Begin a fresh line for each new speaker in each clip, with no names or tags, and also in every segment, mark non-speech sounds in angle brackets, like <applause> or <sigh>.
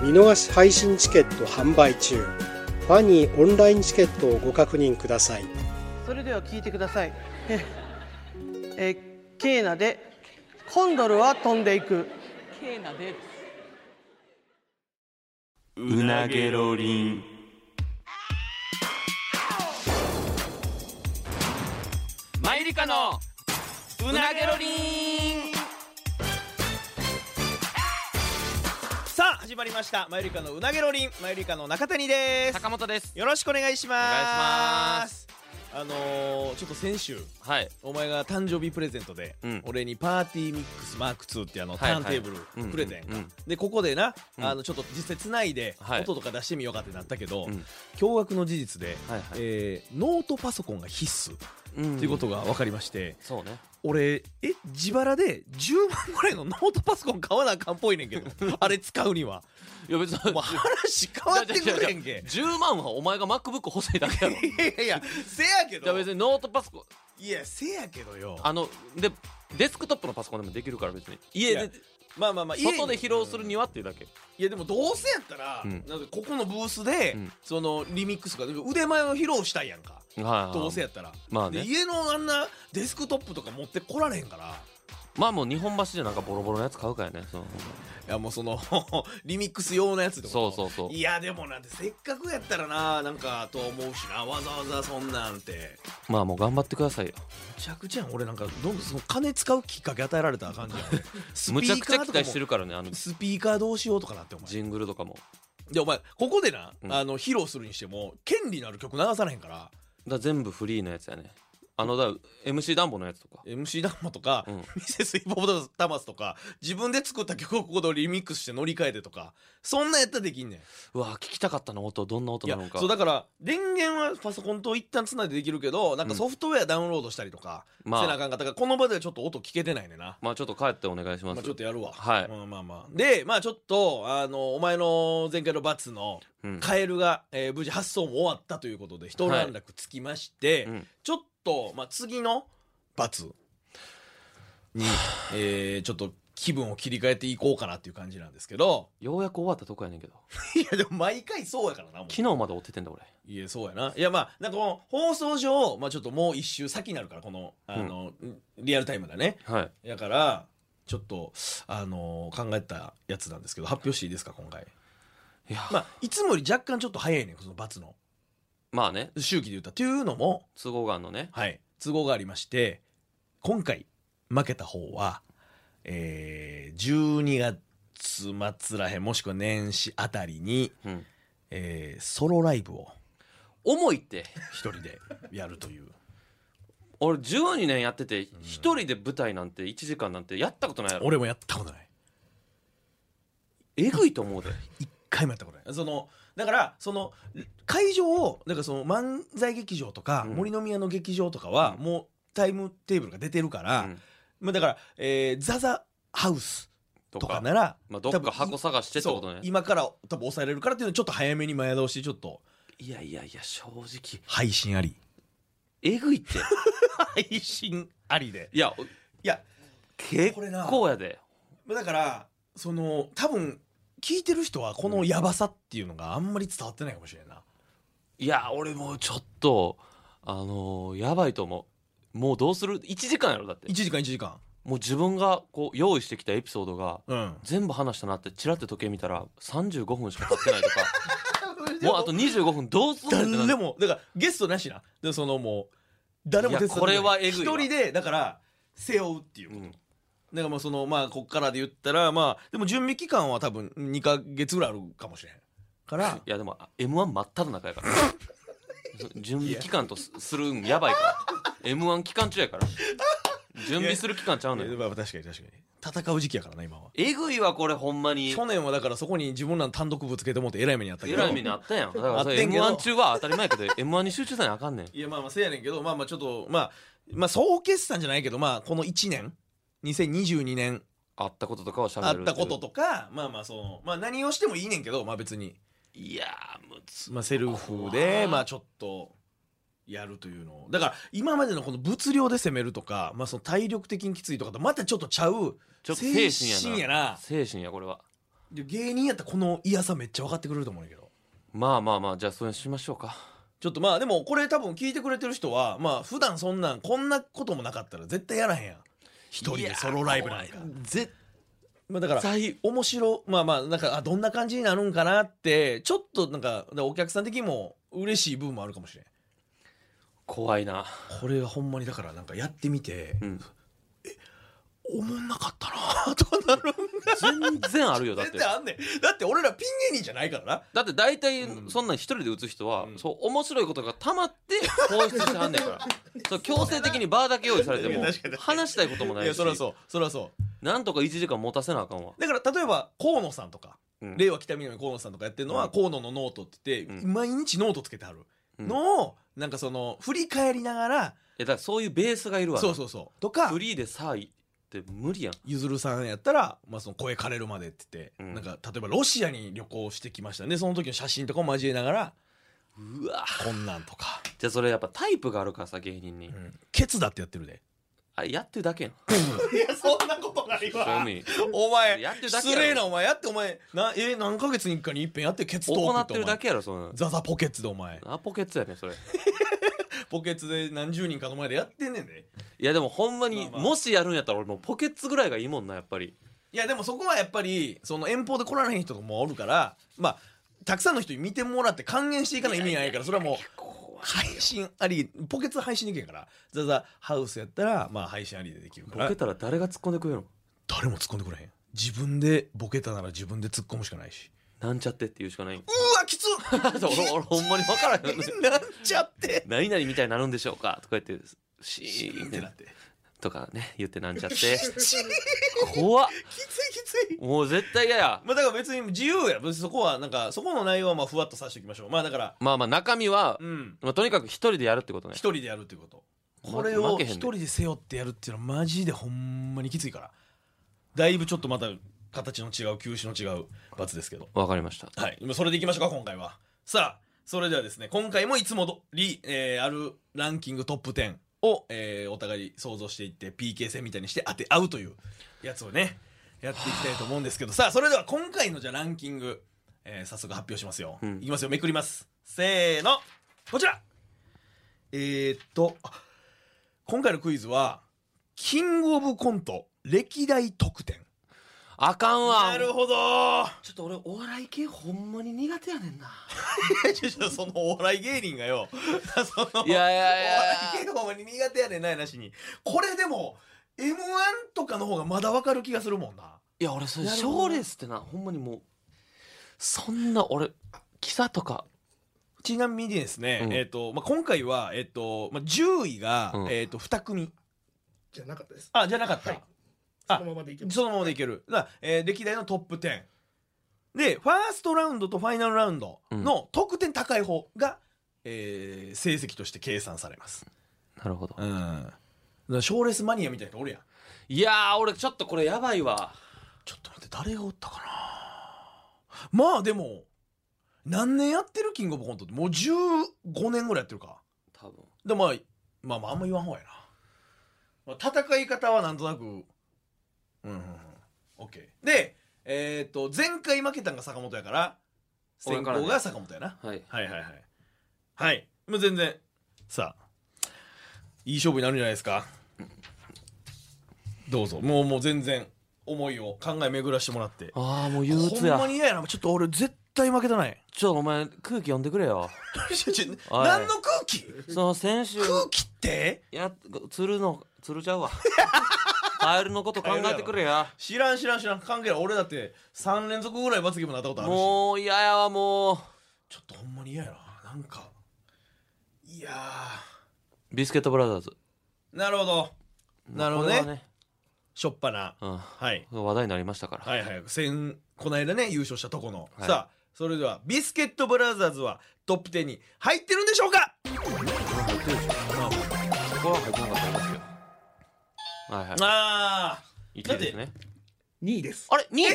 見逃し配信チケット販売中ファニーオンラインチケットをご確認ください
それでは聞いてください <laughs> えーえーケーナでコンドルは飛んでいく
ケーナで
うなげろりんマイリカのうなげろりん
さあ始まりましたマユリカのうなげろりんマユリカの中谷です
坂本です
よろしくお願いし
お願いし
ま
ます
あのー、ちょっと先週
はい
お前が誕生日プレゼントで、
うん
俺にパーティーミックスマーク2ってあのタ
はいは
ー
い
ンテーブルくれてん
うんうんう
か
ん
でここでな、
うん
あのちょっと実際つないで
はい
音とか出してみようかってなったけど、
うん
驚愕の事実で、
はいはい
えーノートパソコンが必須
うん
ということが分かりまして、
そうね
俺え自腹で10万ぐらいのノートパソコン買わなあかんっぽいねんけど
<laughs>
あれ使うには。
いや別に
もう話変わってくれ
<laughs>
んけ。
10万はお前が MacBook 欲しいだけや <laughs> ろい
いやいやいや、せやけ
や
ど。
別にノートパソコン
いや、せやけどよ。
あのでデスクトップのパソコンでもできるから別に家
いや
で
まあまあまあ、
外で
家
披露するにはっていうだけ
いや、でもどうせやったら、
うん
なんかここのブースで、
うん
そのリミックスとか、腕前を披露したいやんか。
はい
どうせやったら。
まあね
で家のあんなデスクトップとか持ってこられへんから。
まあもう日本橋でなんかボロボロのやつ買うからねその
いや、もうその、 <laughs> リミックス用のやつってこと
そうそうそう
いや、でもなんて、せっかくやったらな、なんかと思うしな、わざわざそんなんて。
まあもう頑張ってくださいよ
むちゃくちゃやん俺なんかどんどんその金使うきっかけ与えられた感じやんス
<laughs>
ピ
むちゃ
ー
く
カ
ちゃ期
ーとか
待して
も
るからねあの
スピーカーどうしようとかなってお前
ジングルとかも
でお前ここでな、
うん
あの披露するにしても権利のある曲流されへんから
だから全部フリーのやつやねあのだ MC ダンボのやつとか
MC ダンマとか、
うん
ミセスイポポタマスとか自分で作った曲をここでリミックスして乗り換えてとかそんなんやったらできんねん
うわ聞きたかったな音どんな音
い
な
や
のか
そうだから電源はパソコンと一旦つないでできるけどなんかソフトウェアダウンロードしたりとか、
まあ
せなあかんかったからこの場ではちょっと音聞けてないねんな
まあちょっと帰ってお願いします、
まあ、ちょっとやるわ
はい
まあまあまあでまあちょっとあのお前の前回の罰の
うん
カエルが、えー無事発送も終わったということで一段落つきまして、
うん
ちょっと、まあ、次の罰に、えーちょっと気分を切り替えていこうかなっていう感じなんですけど
ようやく終わったとこやねんけど
いやでも毎回そうやからなもう
昨日まで追っててんだ俺
いやそうやないやまあなんかこの放送上、まあ、ちょっともう一周先になるからこのあの、リアルタイムだね
はい
だからちょっとあのー考えたやつなんですけど発表していいですか今回
いやま
まあいつもより若干ちょっと早いねその罰の
あね
周期で言ったというのも
都合があんのね
はい都合がありまして今回負けた方はえー、12月末らへんもしくは年始あたりに、
うん
えーソロライブを
重いって
一人でやると
<laughs>
いう
俺12年やってて一人で舞台なんて1時間なんてやったことないやろ
俺もやったことない
えぐいと思うで
一回もやったことないそのだからその会場をだからその漫才劇場とか、
うん
森の宮の劇場とかは、もうタイムテーブルが出てるから、
うん
まあ、だから、えーザザハウス
と
と
か
かなら
まあ、どっ
多分
か箱探してってこ
そ
と
う
ね
今から多分抑えれるからっていうのをちょっと早めに前倒しでちょっと
いやいやいや正直
配信あり
えぐいって
配信ありで
いや
いや
結
これな
構やで
だからその多分聞いてる人はこのやばさっていうのがあんまり伝わってないかもしれんない
いや俺もうちょっとあのーやばいと思うもうどうする1時間やろだって
1時間1時間
もう自分がこう用意してきたエピソードが
うん
全部話したなってチラって時計見たら35分しか経ってない
<laughs>
とかもうあと25分どうすんねんってな
誰
る
でもだからゲストなしなでそのもう誰も手伝って
い
く
やこれはえぐいわ
一人でだから背負うってい
う
うこと、
ん
だからまあそのまあこっからで言ったらまあでも準備期間は多分2か月ぐらいあるかもしれへん <laughs> から
いやでも m 1真っ只中やから
<laughs>
準備期間とすするんやばいから m 1期間中やから準備する期間ちゃうの
いや
よ
まあ確かに確かに戦う時期やからな今は
えぐいわこれほんまに
去年はだからそこに自分らの単独ぶつけてもってえらい目にあったけ
え
ど
らい目にあったやんだか
あ
ら
っ
そ
て
れ m
んけど
1中は当たり前やけど m 1に集中せなあかんねん
いやまあまあせやねんけどまあまあちょっとまあまあ総決算じゃないけどまあこの1年2022年
あったこととかをしゃべる
あったこととかまあまあそのまあ何をしてもいいねんけどまあ別に
いやーむつ
まあセルフでまあちょっとやるというのをだから今までのこの物量で攻めるとかまあその体力的にきついとかとまたちょっとちゃう
ちょっと精神やな
精神やな
精神やこれは
で芸人やったらこの嫌さめっちゃ分かってくれると思うんやけど
まあまあまあじゃあそれにしましょうか
ちょっとまあでもこれ多分聞いてくれてる人はまあ普段そんなんこんなこともなかったら絶対やらへんやん一人でソロライブなんか
絶
まあだから
対
面白まあまあなんかあどんな感じになるんかなってちょっとなんかだからお客さん的にも嬉しい部分もあるかもしれん
怖いな
これはほんまにだからなんかやってみて
うん
おもんなかったなとかなるんだ
全然あるよだって
絶対あんねんだって俺らピン芸人じゃないからな
だって大体そんなん一人で打つ人は、
ん
そう面白いことがたまって放出してはんねん
<laughs>
からそう強制的にバーだけ用意されて
いや
も
確かに確かに
話したいこともないい
や
し
そらそうそらそう
なんとか1時間持たせなあかんわ、
だから例えば河野さんとか、
うん
令和北南の河野さんとかやってるのは、
うん
河野のノートって言って、
うん
毎日ノートつけてある
うん
のを、なんかその振り返りながら、
いやだからそういうベースがいるわ
そうそうそうとか
フリーでさあいって無理やん
ゆずるさんやったら、まあ、その声枯れるまでって言って、
うん
なんか例えばロシアに旅行してきましたねその時の写真とかも交えながら
うわ
こんなんとか、
じゃあそれやっぱタイプがあるからさ芸人に、
うん、ケツだってやって
<laughs>
るで
あやってるだけやん
いやそんなことない
正味
お前
やってるだけやろ
失礼なお前やってお前なえ何ヶ月に一回に一遍やってケツトーク
行っ
って
てる
お前
だけやろそんなん
ザザポケッツでお前
あポケッツやねんそれ
ポケツで何十人かの前でやってんねんで
いやでもほんまに、
まあまあ
もしやるんやったら俺もうポケッツぐらいがいいもんなやっぱり
いやでもそこはやっぱりその遠方で来られへん人とかもおるからまあたくさんの人に見てもらって還元していかない意味ないからそれはもう配信ありポケツ配信できるからザザハウスやったらまあ配信ありでできるか
ボ
ら
ケたら誰が突っ込んでくれるの
誰も突っ込んでくれへん自分でボケたなら自分で突っ込むしかないし
なんちゃってって言うしかない
うわきつ <laughs>
俺俺ほんまに分からへんよね
なんちゃって
何々みたいになるんでしょうかとか言ってシーン
っ
ってて
なって
とかね言ってなんちゃって
きつい
怖っ
きつい
もう絶対嫌や
まあだから別に自由や別にそこはなんかそこの内容はまあふわっとさせておきましょうまあだから
まあまあ中身は、
うん
まあ、とにかく一人でやるってことね
一人でやるってこと
ま
これを
負けへん
一
で
人で背負ってやるっていうのはマジでほんまにきついからだいぶちょっとまた形の違う球種の違う罰ですけど
わかりました
はい今それでいきましょうか今回はさあそれではですね今回もいつもどり、えーあるランキングトップ10を、えーお互い想像していって PK 戦みたいにして当て合うというやつをねやっていきたいと思うんですけどさあそれでは今回のじゃあランキング、えー早速発表しますよ、
うん
いきますよめくりますせーのこちらえー、っとあ今回のクイズはキングオブコント歴代得点
あかんわ
なるほどー
ちょっと俺お笑い系ほんまに苦手やねんな
ちょちょそのお笑い芸人がよ <laughs> その
いやいやいや
お笑い芸人がほんまに苦手やねんないなしにこれでも m 1とかの方がまだわかる気がするもんない
や俺それ
なるほど
賞レースってなほんまにもうそんな俺キサとか
ちなみにですね、
うん
えっ、と、まあ、今回は、えっ、と、まあ、10位が、
うん
えっ、と、2組。
じゃなかったです。
あ、じゃなかった。
はい
あ
そのままでいけます。
そのままでいける。だからえー歴代のトップ10。で、ファーストラウンドとファイナルラウンドの得点高い方が、えー成績として計算されます。
なるほど
うん。だから賞レースマニアみたいな人おるやん。
いやー俺ちょっとこれやばいわ
ちょっと待って、誰がおったかなまあでも、何年やってるキングオブコントってもう15年ぐらいやってるか。
多分
でまあ、まあまああんま言わん方やな。まあ、戦い方はなんとなく、うんうんうん。OK。で、えっ、と、前回負けたんが坂本やから、
俺
先
から
行
ね
が坂本やな。
はい
はいはいはい。はい。もう全然。さあ、いい勝負になるんじゃないですか。どうぞ。もうもう全然、思いを考え巡らしてもらって。
ああもう憂
ほ
鬱
ん
や
まに嫌やな。ちょっと俺絶対負
<laughs>
けたない。
ちょっとお前空気読んでくれよ
ちょちょ
おい
何の空気
その先週
空気って
や鶴の鶴ちゃうわカエルのこと考えてくれや
知らん知らん知らん関係ない俺だって3連続ぐらい罰ゲームなったことあるし
もう嫌やわもう
ちょっとほんまに嫌やななんかいや
ビスケットブラザーズ
ーなるほどなるほど
これは
ね。しょっぱな。はい。
うん、話題になりましたから、
はいはい。先、この間ね、優勝したとこの。
はい
さあ、それでは、ビスケットブラザーズはトップ10に入ってるんでしょうか
そこは入ってなかったと思いますよはいは
あ
い1位ですね
2位です
あれ2位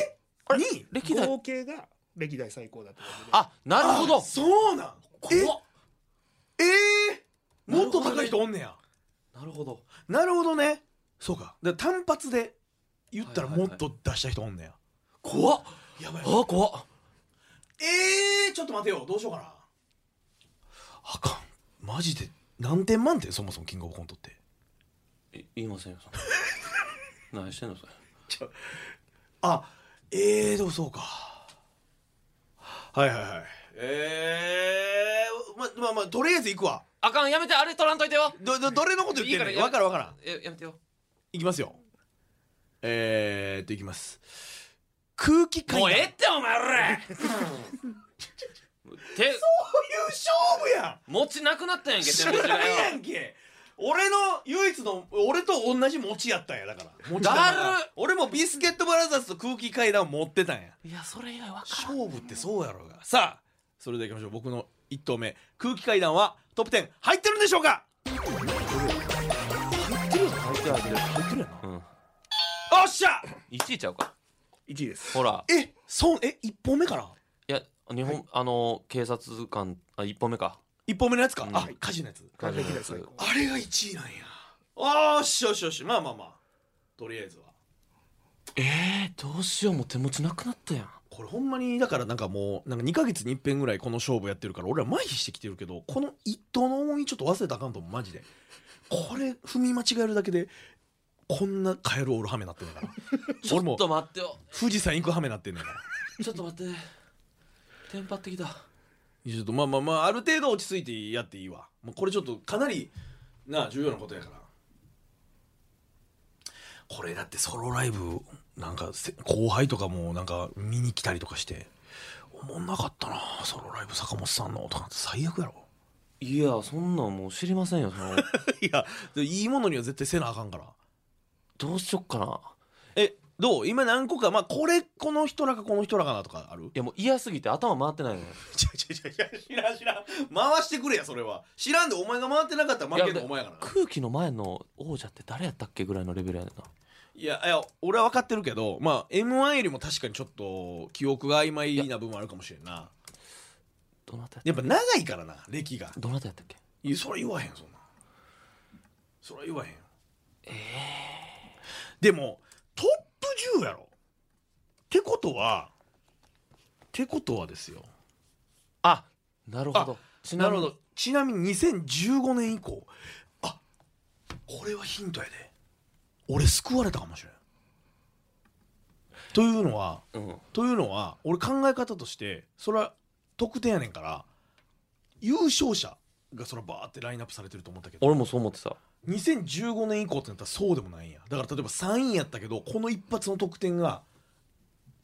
あれ
2位
歴代
合計が歴代最高だったことで
あなるほ
あ
ど
そうなんえ
怖っ
えー、もっと高い人おんねや。
なるほど
なるほどね。そうか。で単発で言ったら
はいは
も
い
っ
はい
と出した人おんねや。
怖っ
やばい。
あ怖っ
えー、ちょっと待てよ。どうしようかな。あかん。マジで何点満点そもそもキングオブコントって。
い言いませんよそんな <laughs> 何してんのそれ
あ、えー、でもそうか。はいはいはい。えー、ままあまあとりあえず行くわ。
あかんやめてあれ取らんといてよ
どどどれのこと言ってんの
いい
よ
から
わからんわからん。
えやめてよ
いきますよ。えーっと、いきます。空気階段。
もうええってお前 <laughs> ら手
こういう勝負や
持ちなくなったやんけ手
知
持
ら
ちが
ないや
よ
んけ俺の唯一の俺と同じ持ちやったんやだから持ちだ
だる
俺もビスケットブラザーズと空気階段を持ってたんや
いやそれ以外わ
勝負ってそうやろうがさあそれではいきましょう僕の1投目空気階段はトップ10入ってるんでしょうか入ってるよ入ってる入ってる入ってるやんな
うん
おっしゃ
1位ちゃうか
1位です
ほら
えそうえ1本目かない
や日本、あの警察官あ一本目か
1本目のやつか、
うん
あ火事のやつ
完璧です最高
あれが1位なんやあーしよしよしまあまあまあとりあえずは
ええー、どうしようもう手持ちなくなったやん
これほんまにだからなんかもうなんか2ヶ月に一遍ぐらいこの勝負やってるから俺ら麻痺してきてるけどこの一投の重みちょっと忘れたらあかんと思うマジでこれ踏み間違えるだけでこんなカエルおるハメなってんだから <laughs>
ち
俺
ょっ
も
と待ってよ
富士山行くハメなってんねんから
ちょっと待ってテンパってきた
いやちょっとまあまあまあある程度落ち着いてやっていいわもうこれちょっとかなりなあ重要なことやからこれだってソロライブなんかせ後輩とかもなんか見に来たりとかして「おもんなかったなソロライブ坂本さんの」とかって最悪やろ
いやそんなんもう知りませんよそ <laughs> の
<laughs> いやいいものには絶対せなあかんから
どうしよっかな
えどう今何個かまあこれこの人らかこの人らかなとかある
いやもう嫌すぎて頭回ってないのよ
ちゃちゃちゃ知らん知らん回してくれやそれは知らんでお前が回ってなかったら負けんのお前やからな
空気の前の王者って誰やったっけぐらいのレベルやねんない
やいや俺は分かってるけどまあ m 1よりも確かにちょっと記憶が曖昧な部分もあるかもしれんな
どなたやった
やっぱ長いからな歴が
どなたやったっけ
いやそれ言わへんそんなんそれ言わへんよでもトップ10やろってことはってことはですよ
あなるほどち
な
な
る
み
ほ
に
どちなみに2015年以降あこれはヒントやで俺救われたかもしれんというのは
うん
というのは俺考え方としてそれは得点やねんから優勝者がそれはバーってラインナップされてると思ったけど
俺もそう思ってた
2015年以降ってなったらそうでもないんやだから例えば3位やったけどこの一発の得点が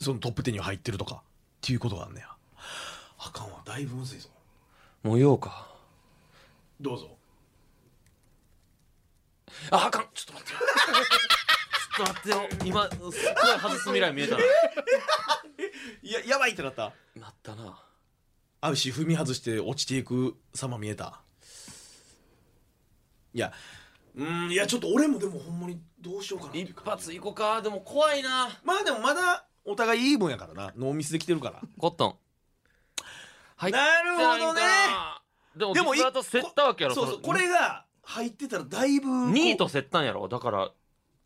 そのトップ10には入ってるとかっていうことがあんねやあかんわだいぶむずいぞ
模様か
どうぞ
ああかんちょっと待ってよちょっと待ってよ今すっごい外す未来見えたない
ややばいってなった
なったな
合うし踏み外して落ちていく様見えたいやうんいやちょっと俺もでもほんまにどうしようかなっていう
一
感じ
発いこうかでも怖いな
まあでもまだお互いいい分やからなノーミスできてるから
コットン入って
なる
ないんかでも
でも
ビブラート競ったわけやろ
そうそうこれが入ってたらだいぶ
2位
こう
と競ったんやろだから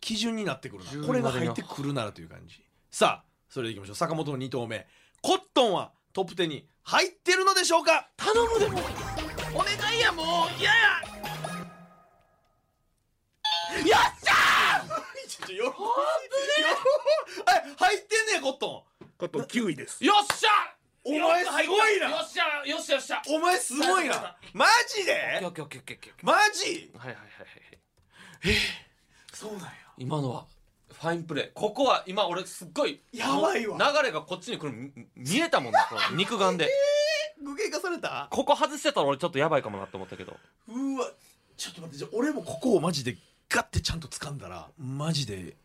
基準になってくる
順
な
位
これが
まで
入
に
っ
は
てくるならという感じさあそれでいきましょう坂本の2投目コットンはトップ10に入ってるのでしょうか
頼むでもお願いやもう嫌や
ちょよろほん入ってんねやコット
コットン9位です
よっし
ン
ゃ
お前すごい
よ
な
っしゃよっしゃよっしゃ
お前すごいなマジ
オッ
で
ケーオッケーオッケーオッケーオッケ
マジ
ーはいはいはいはい
そうなんや
今のはファインプレーここは今俺すっごい
やばいわ
もう流れがこっちに来るのみ見えたもんねこの肉眼で
具現化された
ここ外してたら俺ちょっとやばいかもなって思ったけど
うわちょっと待ってじゃあ俺もここをマジでガッてちゃんと掴んだらマジで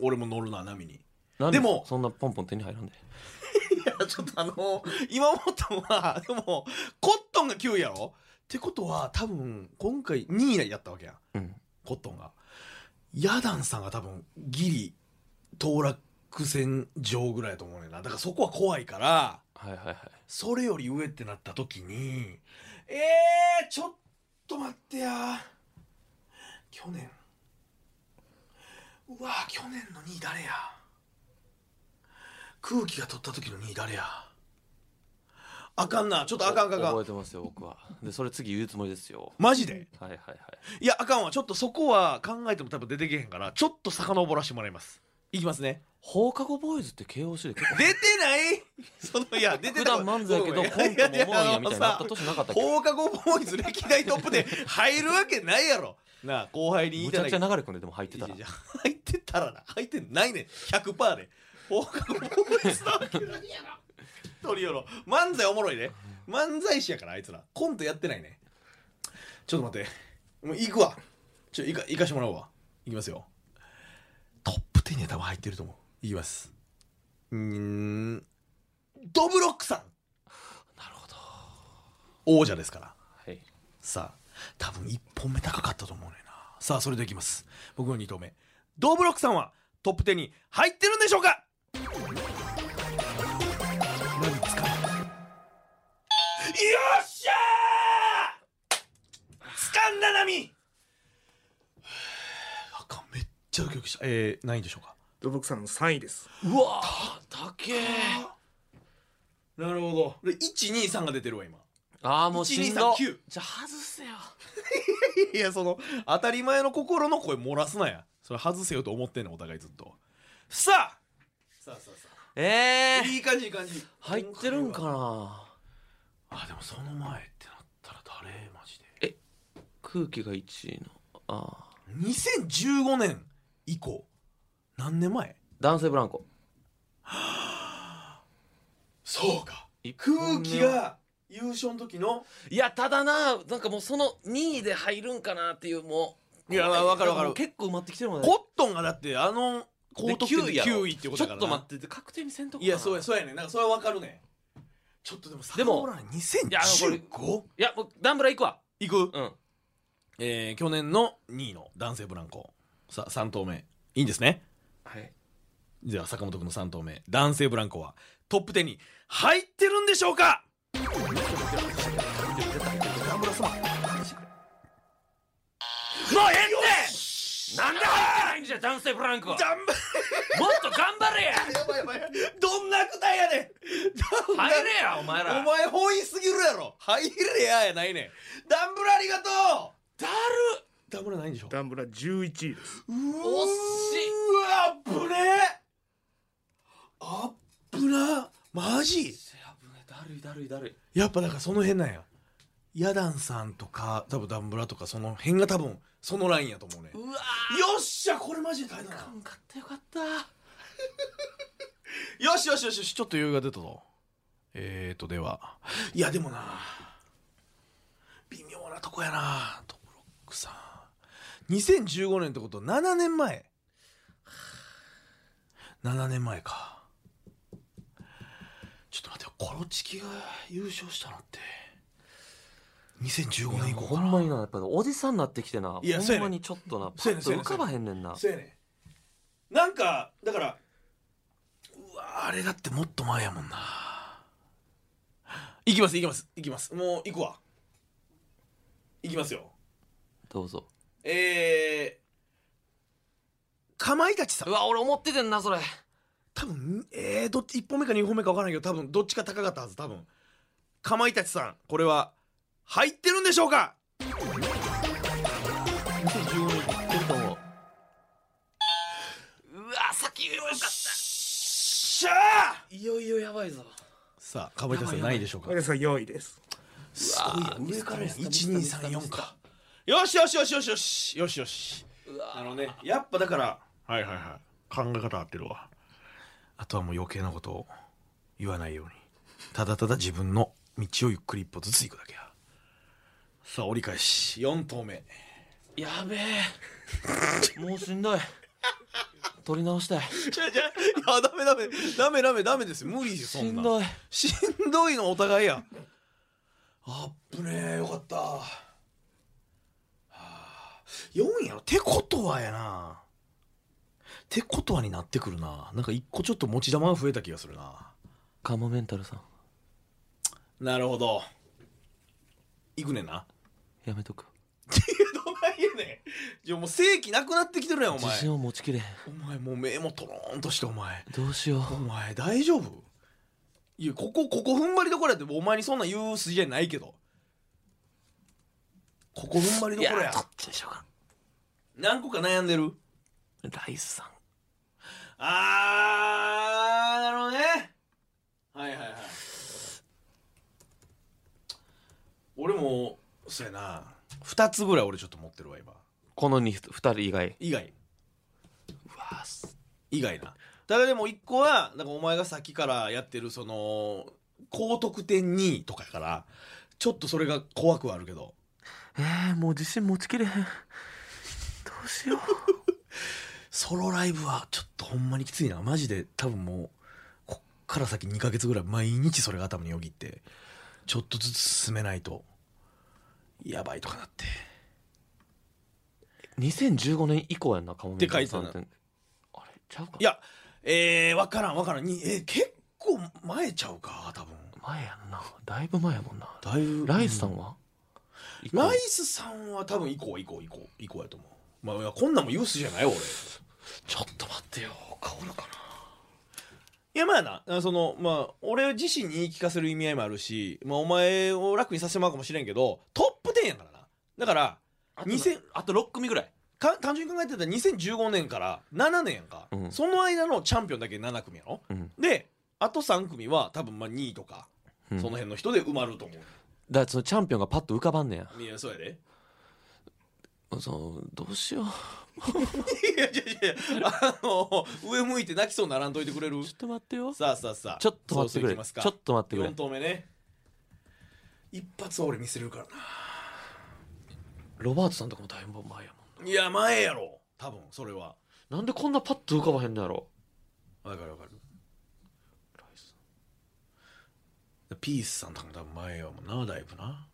俺も乗るな波に
なんで
でも
そんなポンポン手に入らんで
いやちょっとあの今思ったのはでもコットンが9位やろってことは多分今回2位やったわけやん
うん
コットンがヤダンさんが多分ギリ当落線上ぐらいやと思うねんなだからそこは怖いから
はいはいはい
それより上ってなった時にえー、ちょっと待ってや去年うわー去年の2位誰や空気が取った時の2位誰やあかんなちょっとあかんあかんあか
覚
ん
えてますよ僕はでそれ次言うつもりですよ
マジで
はいはいはい
いやあかんわちょっとそこは考えても多分出てけへんからちょっと遡らしてもらいますいきますね
放課後ボーイズって KOC で結構
出てない <laughs> そのいや出て
普
ない
段漫才やけどコントもおもろいんやみたいになった年なかったっけ
放課後ボーイズ歴代トップで入るわけないやろなあ後輩に言い
む
た
ちゃく
だけ
ちゃ流れ込んででも入ってたら
いやいや入ってたらな入ってないねん100%で放課後ボーイズなわけないやろトリオの漫才おもろいね漫才師やからあいつらコントやってないねちょっと待ってもう行くわちょ行か行かしてもらおうわ行きますよトップ10には多分入ってると思う行きますうーんドブロックさん
なるほど
王者ですから
はい
さあ多分1本目高かったと思うねんなさあそれでいきます僕の2投目ドブロックさんはトップ10に入ってるんでしょうか何ですかよっしゃー掴んだ波あかんめっちゃドキドキしたえー、何位でしょうか
ドブロックさんの3位です。
うわー高え
なるほど123が出てるわ今
ああもうしんど
1239
じゃあ外せよ
<laughs> いやその当たり前の心の声漏らすなやそれ外せよと思ってんのお互いずっとさあさあさあさ
え
あ
え
いい感じいい感じ
入ってるんかな
あでもその前ってなったら誰マジで
空気が1位のああ
2015年以降何年前
男性ブランコ
そうか
一
空
本目
気
は
が優勝の時の
いやただななんかもうその2位で入るんかなっていうもう
いやわかるわかる
もう結構埋まってきてるもんね
コットンがだってあの高得点
で9
で
位やろ
9位ってことだからな
ちょっと待ってて確定にせんとこ
いやそう
や
やそうやねなんかそれはわかるねちょっとでもさ
でもやあの
2015?
いやもうダンブラ行くわ
いく
うん
えー、去年の2位の男性ブランコさ3投目いいんですね
はい
では坂本君の3投目男性ブランコはトップ10に入ってるんでしょうか
もうええってなんで入ってないんじゃ男性ブランコもっ
頑張
と頑張
<laughs>
れや
やばいやばい <laughs> どんな悪態やねんどんな
入れやお前ら
お前本意すぎるやろ入れややないねんダンブラありがとう
だる
ダンブラないんでしょ
ダンブラ11位です。
う
惜
ー
しいう
わぶねあっぶなマジ
だるいだるいだるい
やっぱだからその辺なんやヤダンさんとか多分ダンブラとかその辺が多分そのラインやと思うね
うわ
よっしゃこれマジで大変だ
ー
な
よかったよかった
よしよしよしよしちょっと余裕が出たぞえーとではいやでもな微妙なとこやなトブロックさん2015年ってことは7年前7年前かちょっと待ってよコロチキが優勝したのって2015年以降
ほ
かなん
まになやっぱおじさんになってきてない
やそう
ほんま
やねん
にちょっとなパ
そうやね
ッ
ん
と浮かばへんねんな
そうやねんなんかだからうわあれだってもっと前やもんな行きます行きます行きますもう行くわ行きますよ
どうぞ
えー、かまいたちさん
うわ俺思っててんなそれ
多分えー、どっち1本目か2本目か分からないけど多分どっちか高かったはず多分かまいたちさんこれは入ってるんでしょうか
2015年いってると思ううわ先言えばよかった
しゃあ
いよいよやばいぞ
さあかまいたちさんないでしょうか
マリアさん4位です。
すごいやん
うわー
上からやん
ミスったミスったミ
1234
スった
かよしよしよしよしよしよしよし
うわ
あのねやっぱだからはいはいはい考え方合ってるわあとはもう余計なことを言わないようにただただ自分の道をゆっくり一歩ずつ行くだけやさあ折り返し4投目
やべえもうしんどい取り直したい
じゃじゃいやダメダメダメダメダメですよ無理ですよそ
し
ん
ん
な
どい
しんどいのお互いやあっぶねえよかったはあ4やろてことはやなてことはになってくるななんか一個ちょっと持ち玉が増えた気がするな
カモメンタルさん
なるほどいくねんな
やめとく
どないやねんじゃもう正気なくなってきてるやんお
自信
前
を持ちきれん
お前もう目もとろーんとしてお前
どうしよ
お前大丈夫いやここここ踏ん張りどころやってお前にそんなん言う筋合いないけどここ踏ん張り
う
どころや
どっちでしょうか
何個か悩んでる
ライスさん
あーなるほどねはいはいはい俺もそうやな2つぐらい俺ちょっと持ってるわ今
この 2, 人以外
以外以外なただでも1個はなんかお前がさっきからやってるその高得点2位とかやからちょっとそれが怖くはあるけど
えー、もう自信持ちきれへんどうしよう
ソロライブはちょっとほんまにきついなマジで多分もうこっから先2ヶ月ぐらい毎日それが頭によぎってちょっとずつ進めないとやばいとかなって
2015年以降やんなカモメンタルさん
って書い
あれちゃうか
いやえー、分からん分からんにえー結構前ちゃうか多分
前やんなだいぶ前やもんな
だいぶ
ライスさんは、以降
ライスさんは多分以降以降以降以降やと思うまあいやこんなんもユースじゃないよ俺
ちょっと待ってよ買おうのかない
やまあなあそのまあ俺自身に言い聞かせる意味合いもあるし、まあ、お前を楽にさせてもらうかもしれんけどトップ10やからなだから
あ
2000
あと6組ぐらい
か単純に考えてたら2015年から7年やんか、
うん
その間のチャンピオンだけ7組やろ
うん、
であと3組は多分まあ2位とか、
うん
その辺の人で埋まると思う
だからそのチャンピオンがパッと浮かばんねや
いやそうやで
そうどうしよう
いやいやいやあの上向いて泣きそうならんといてくれる
ちょっと待ってよ
さあさあさあ
ちょっと待ってく
そうそうい
れ
きますか
ちょっと待ってく
4
れ
投目ね一発は俺見せれるからな
ロバートさんとかもだいぶ前やも
いや前やろ多分それは
んなんでこんなパッと浮かばへんのやろ
わかるわかるピースさんとかも多分前やもんなだいぶな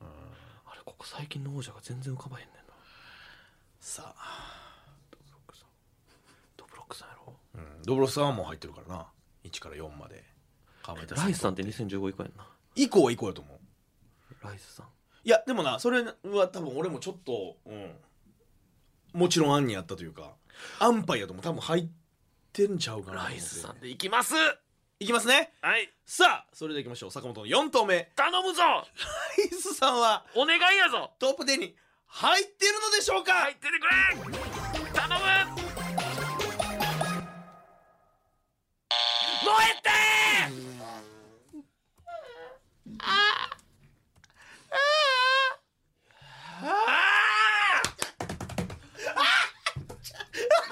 あれここ最近の王者が全然浮かばへんねんな
さあ、
ドブロックさんやろ
うん、ドブロスさんはもう入ってるからな1から4まで川端
ライスさんって2015以降やんな
以降は以降やと思う
ライスさん
いやでもなそれは多分俺もちょっとうんもちろん案にやったというか安牌やと思う多分入ってんちゃうかなと
ラ
思って
イスさんでいきます
いきますね
はい
さあそれではいきましょう坂本の4投目
頼むぞ
ピースさんは
お願いやぞ
トップ10に入ってるのでしょうか、
出てくれ頼む燃えて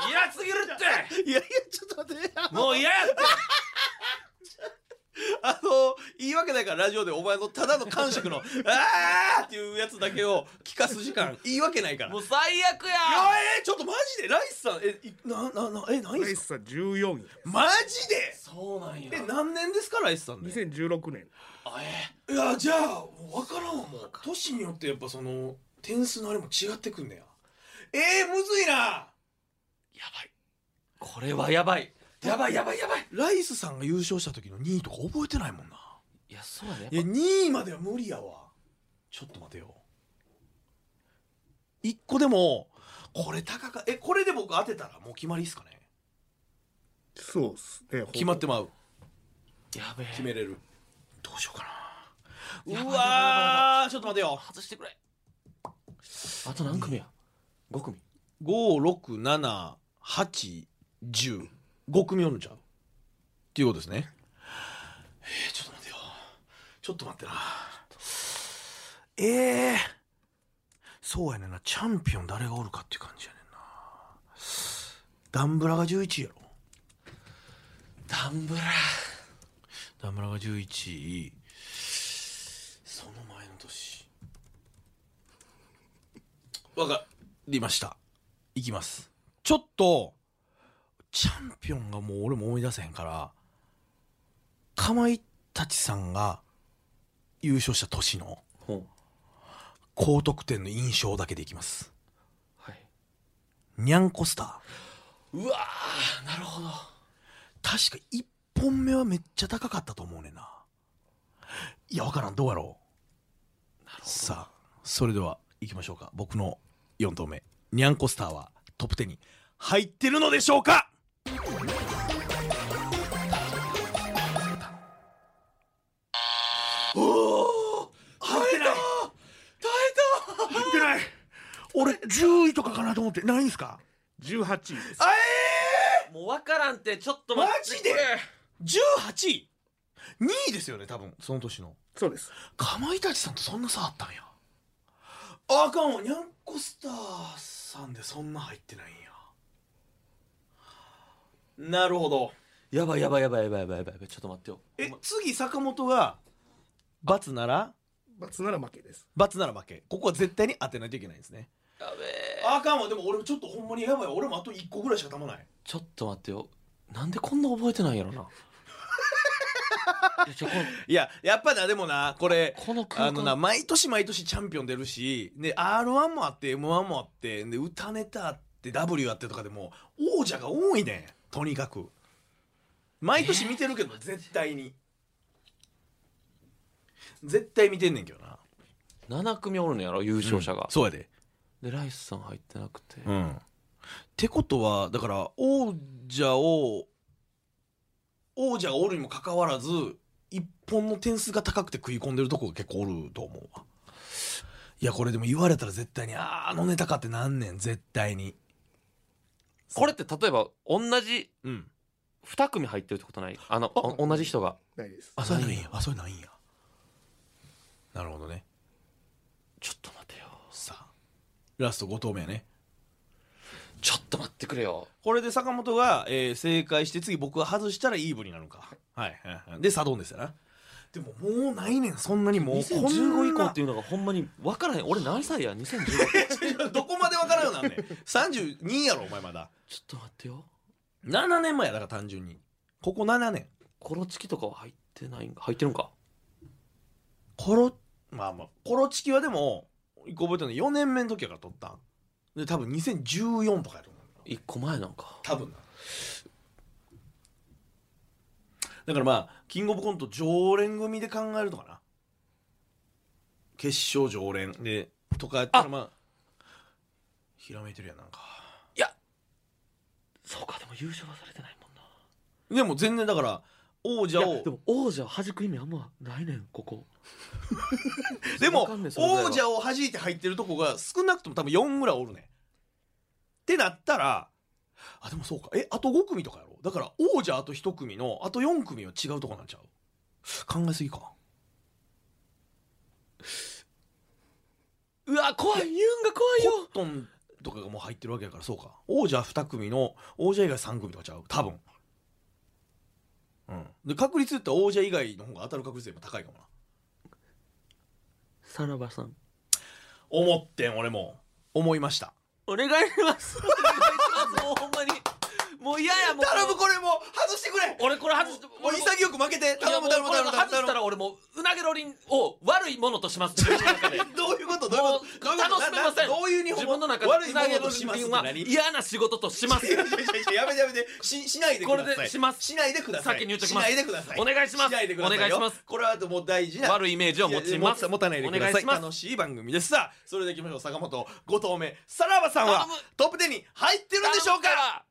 嫌すぎるって
いやいやちょっと待って
もう嫌やって
あの言い訳ないからラジオでお前のただの感触の「あー!」っていうやつだけを聞かす時間言い訳ないから
も
もう
う最悪
いや
や
えーちょっとマジでライスさんえいなななえ何
ラ
で
イ
すか
スさん14位
マジで
そうなんや
え何年ですかライスさんで
2016年
いやじゃあもう分からんわもう年によってやっぱその点数のあれも違ってくんねやえー、むずいな
これはやばいやばいやばいやばい
ライスさんが優勝した時の2位とか覚えてないもんない
やそうやね
いや2位までは無理やわちょっと待てよ1個でもこれ高かえこれで僕当てたらもう決まりっすかね
そうっすね
決まってまう
やべえ
決めれるどうしようか
や
な
ば
う
い
わーちょっと待てよ
外してくれあと何組や5組
5678105組おるんちゃうっていうことですねえー、ちょっと待てよちょっと待ってなええー、そうやねんなチャンピオン誰がおるかっていう感じやねんなダンブラが11位やろ
ダンブラ
ダンブラが11位その前の年わかりましたいきますちょっとチャンピオンがもう俺も思い出せへんからかまいたちさんが優勝した年の
ほう
高得点の印象だけでいきます
はい
にゃんこスター
うわーなるほど
確か1本目はめっちゃ高かったと思うねんないやわからんどうやろうさあそれでは行きましょうか僕の4投目にゃんこスターはトップ10に入ってるのでしょうかおお入ってない
入ってない
俺10位とかかなと思ってないんすか
18位です
もうわからんってちょっと待って
マジで18位2位ですよね多分その年の
そうです
かまいたちさんとそんな差あったんやあかんわにゃんこスターさんでそんな入ってないんやなるほど
やばいやばいやばいやばいやばいやばいちょっと待ってよ
え次坂本が×なら
罰なら負けです
×なら負けここは絶対に当てないといけないんですね
やべえ
あかんわでも俺ちょっとほんまにやばい俺もあと1個ぐらいしかたまない
ちょっと待ってよなんでこんな覚えてないんやろ
<laughs>
ないやちょこの
いややっぱなでもなこれ
この空
あ
間
のな毎年毎年チャンピオン出るしで r 1もあって m 1もあってで歌ネタあって W あってとかでも王者が多いねんとにかく毎年見てるけど絶対に絶対見てんねんけどな
7組おるのやろ優勝者が、
そうやで
でライスさん入ってなくて、
うんってことはだから王者を王者がおるにもかかわらず一本の点数が高くて食い込んでるとこが結構おると思うわいやこれでも言われたら絶対にあーあのネタかってなんねん絶対に
これって例えば同じ
うん
2組入ってるってことないあのお同じ人が
ないです
あそれないんやあそれないんやなるほどね
ちょっと待てよ
さあラスト5投目やね
ちょっと待ってくれよ
これで坂本が、えー正解して次僕が外したらイーブになるのかはい、はいはいでサドンですよなでももうないねんそんなにもうこんな
2015以降っていうのがほんまに分からへん俺何歳や2015
<laughs> どこまでわからんようなんねん32やろお前まだ
ちょっと待ってよ
7年前やだから単純にここ7年
コロチキとかは入ってないんか入ってるんか
コロまあまあコロチキはでも一個覚えてるの4年目の時やから取ったんで多分2014とかやと思う
1個前なんか
多分なだからまあキングオブコント常連組で考えるとかな決勝常連でとかやったらまあひらめいてるやんなんか
そうかでも優勝はされてないもんな
でも全然だから王者
い
を
やでも王者を弾く意味あんまないねんここ
で
わ
も
かんねえそれぐらいは
王者を弾いて入ってるとこが少なくとも多分4ぐらいおるねんってなったらあでもそうかえあと5組とかやろだから王者あと1組のあと4組は違うとこなんちゃう考えすぎか
うわ怖いユンが怖い
コ
よ
ットンとかがもう入ってるわけだからそうか王者2組の王者以外3組とかちゃう多分うんで確率って王者以外の方が当たる確率でも高いかもな
さらばさん
思ってん俺も思いました
お願いします。もうほんまに。もう嫌やもう。
頼むこれもう外してくれ
俺これ外して、
もう潔く負けて
いや
頼
も
む
う
頼む
これ
頼む頼む
外したら俺もううなげろりんを悪いものとします。自分の中で。
<laughs> どういうことどういう
も
こ
う
とどういうこと
楽しめません。
ななどういう日本
自分の中で
悪いうも
なげ
の
ろ
とします
り
っ
ん
て
は
何いや
嫌な仕事とします。
やめてやめてししないでください
これでします
しないでください
先に言っときます
しないでください
お願いします
しないでくださいよ
お願いします
これはもう大事な
悪いイメージを持ちます。
いや持たないでくだ
お
さ
願い
い
します
楽しい番組ですさあそれでいきましょう坂本5投目さらばさんは
頼む
トップ10に入ってるんでしょうか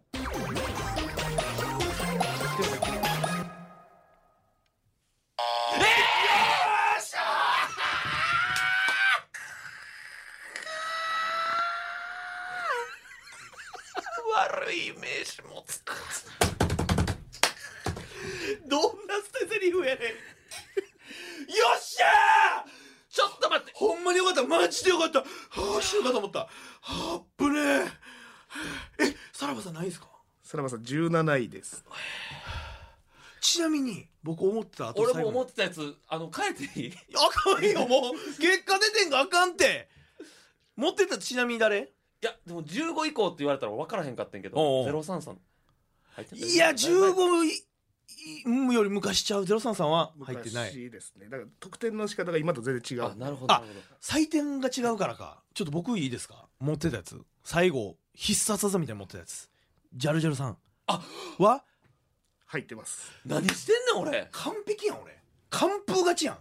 悪いイメージ持つどんな捨て台詞やねんよっしゃーちょっと待ってほんまによかったマジでよかったはあしようかと思ったあっぶねええさらばさんないですか
さらばさん17位です
ちなみに僕思ってた後
俺も思
っ
ってたやつ、あの、変えていい
あかんよもう結果出てんがあかんって持ってたちなみに誰
いやでも15以降って言われたら分からへんかったんやけど
おうおう
033入ってたよ
いや15いいより昔ちゃう03さんは入ってない
昔ですねだから得点の仕方が今と全然違う
あなるほどなるほど
採点が違うからかちょっと僕いいですか持ってたやつ最後必殺技みたいに持ってたやつジャルジャルさんあは
入ってます
何してんねん俺
完璧やん俺完封勝ちやん
忘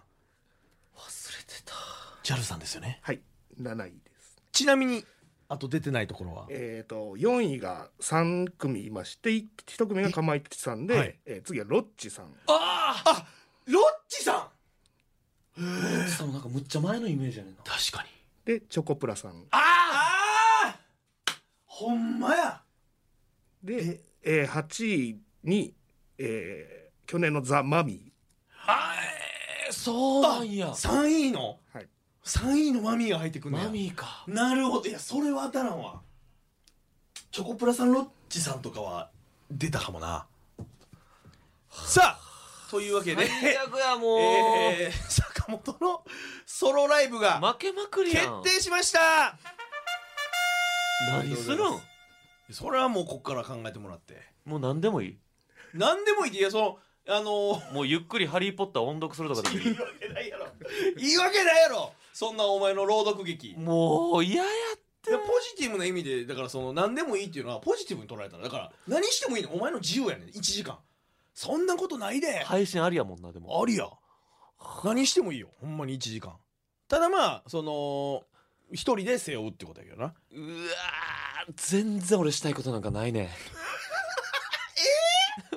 れてた
ジャルさんですよね
はい7位です
ちなみにあと出てないところは
えー、と4位が3組いまして1組がかまいたちさんで、
えはい
えー次はロッチさん
あ
あロッチさん
あしかもなんかむっちゃ前のイメージやねんな
確かに
でチョコプラさん
ああほんまや
で、えー8位に、えー去年のザ・マミ
あ
そうなんや
3位の
ー、はい、
3位のマミーが入ってくんねや
マミーか
なるほどいやそれは当たらんわチョコプラさんロッチさんとかは出たかもなさあというわけで、
最悪やもう、
えー坂本のソロライブが
負けまくり
決
やん
定しました
何するん
それはもうこっから考えてもらって
もう何でもいい
何でもいいっていやそのあのー
もうゆっくり「ハリー・ポッター」音読するとかでもい
言い訳ないやろ言い訳ないやろそんなお前の朗読劇
いもう嫌や
でポジティブな意味でだからその何でもいいっていうのはポジティブに捉えたのだから何してもいいのお前の自由やねん1時間そんなことないで、
配信ありやもんなでも
ありや何してもいいよほんまに1時間ただまあその一人で背負うってことやけどな
うわー全然俺したいことなんかないね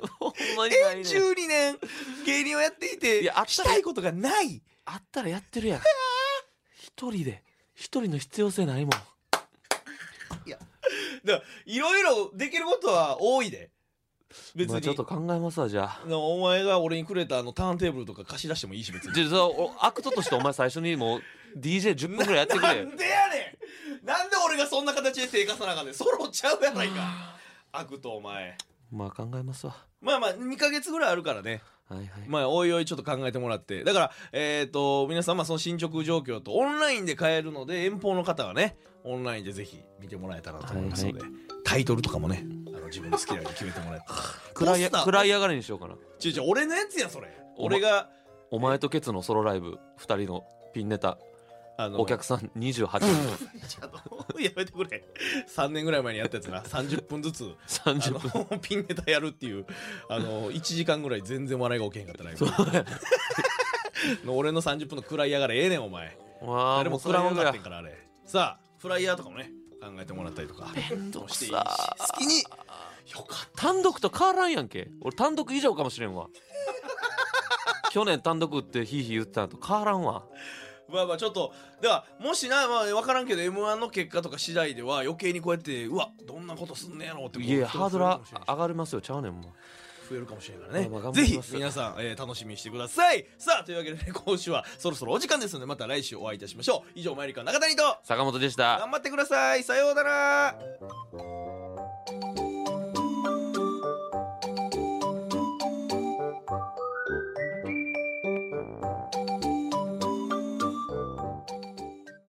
え <laughs> ほんまにないね
12年芸人をやっていて
いやあったら
したいことがない
あったらやってるやん一人で一人の必要性ないもん
だからいろいろできることは多いで別
まあ、
に
ちょっと考えますわじゃあ
なお前が俺にくれたあのターンテーブルとか貸し出してもいいし別に
じゃあそうおアクトとしてお前最初にもう DJ10 分ぐらいやってく
な
れよ
んでやねんなんで俺がそんな形で生活さなあかんねんソロちゃうやないか悪とお前
<laughs> まあ考えますわ
まあまあ2ヶ月ぐらいあるからね
はいはい、
まあおいおいちょっと考えてもらってだからえっ、と皆さんまあその進捗状況とオンラインで買えるので遠方の方はねオンラインでぜひ見てもらえたらと思いますので、
は
タイトルとかもねあの自分の好きなように決めてもらえたら
<laughs> 暗いや
ポスター
暗い上がりにしようかな
ちょいちょい俺のやつやそれ
お
俺が
お前とケツのソロライブ2人のピンネタ
あの
お客さん28
<laughs> ちょっと <laughs> やめてくれ3年ぐらい前にやったやつな30分ずつ
人30分
あのピンネタやるっていうあの1時間ぐらい全然笑いが起きへんかったライブの <laughs> 俺の30分の食らいやがれええねんお前
わあ
誰
も
も
う
食
暗
らわん
い上
か
が
って
り
んからあれさあフライヤーとかもね考えてもらったりと
<laughs>
か
く
していいし
さ
好きによかっ
単独と変わらんやんけ俺単独以上かもしれん
<laughs>
わ去年単独ってヒーヒー言ってたのと変わらんわ
たまあまあちょっとではもしな、まあ、分からんけど m 1の結果とか次第では余計にこうやってうわどんなことすんねやろって
いやいやハードル
ラ
は上がりますよちゃうねんもう
増えるかもしれないからね、
まあまあ頑張
ぜ
り
ひ
ます
皆さん、えー楽しみにしてくださいさあというわけで、ね、 <laughs> 今週はそろそろお時間ですのでまた来週お会いいたしましょう以上マイリカの中谷と
坂本でした
頑張ってくださいさようなら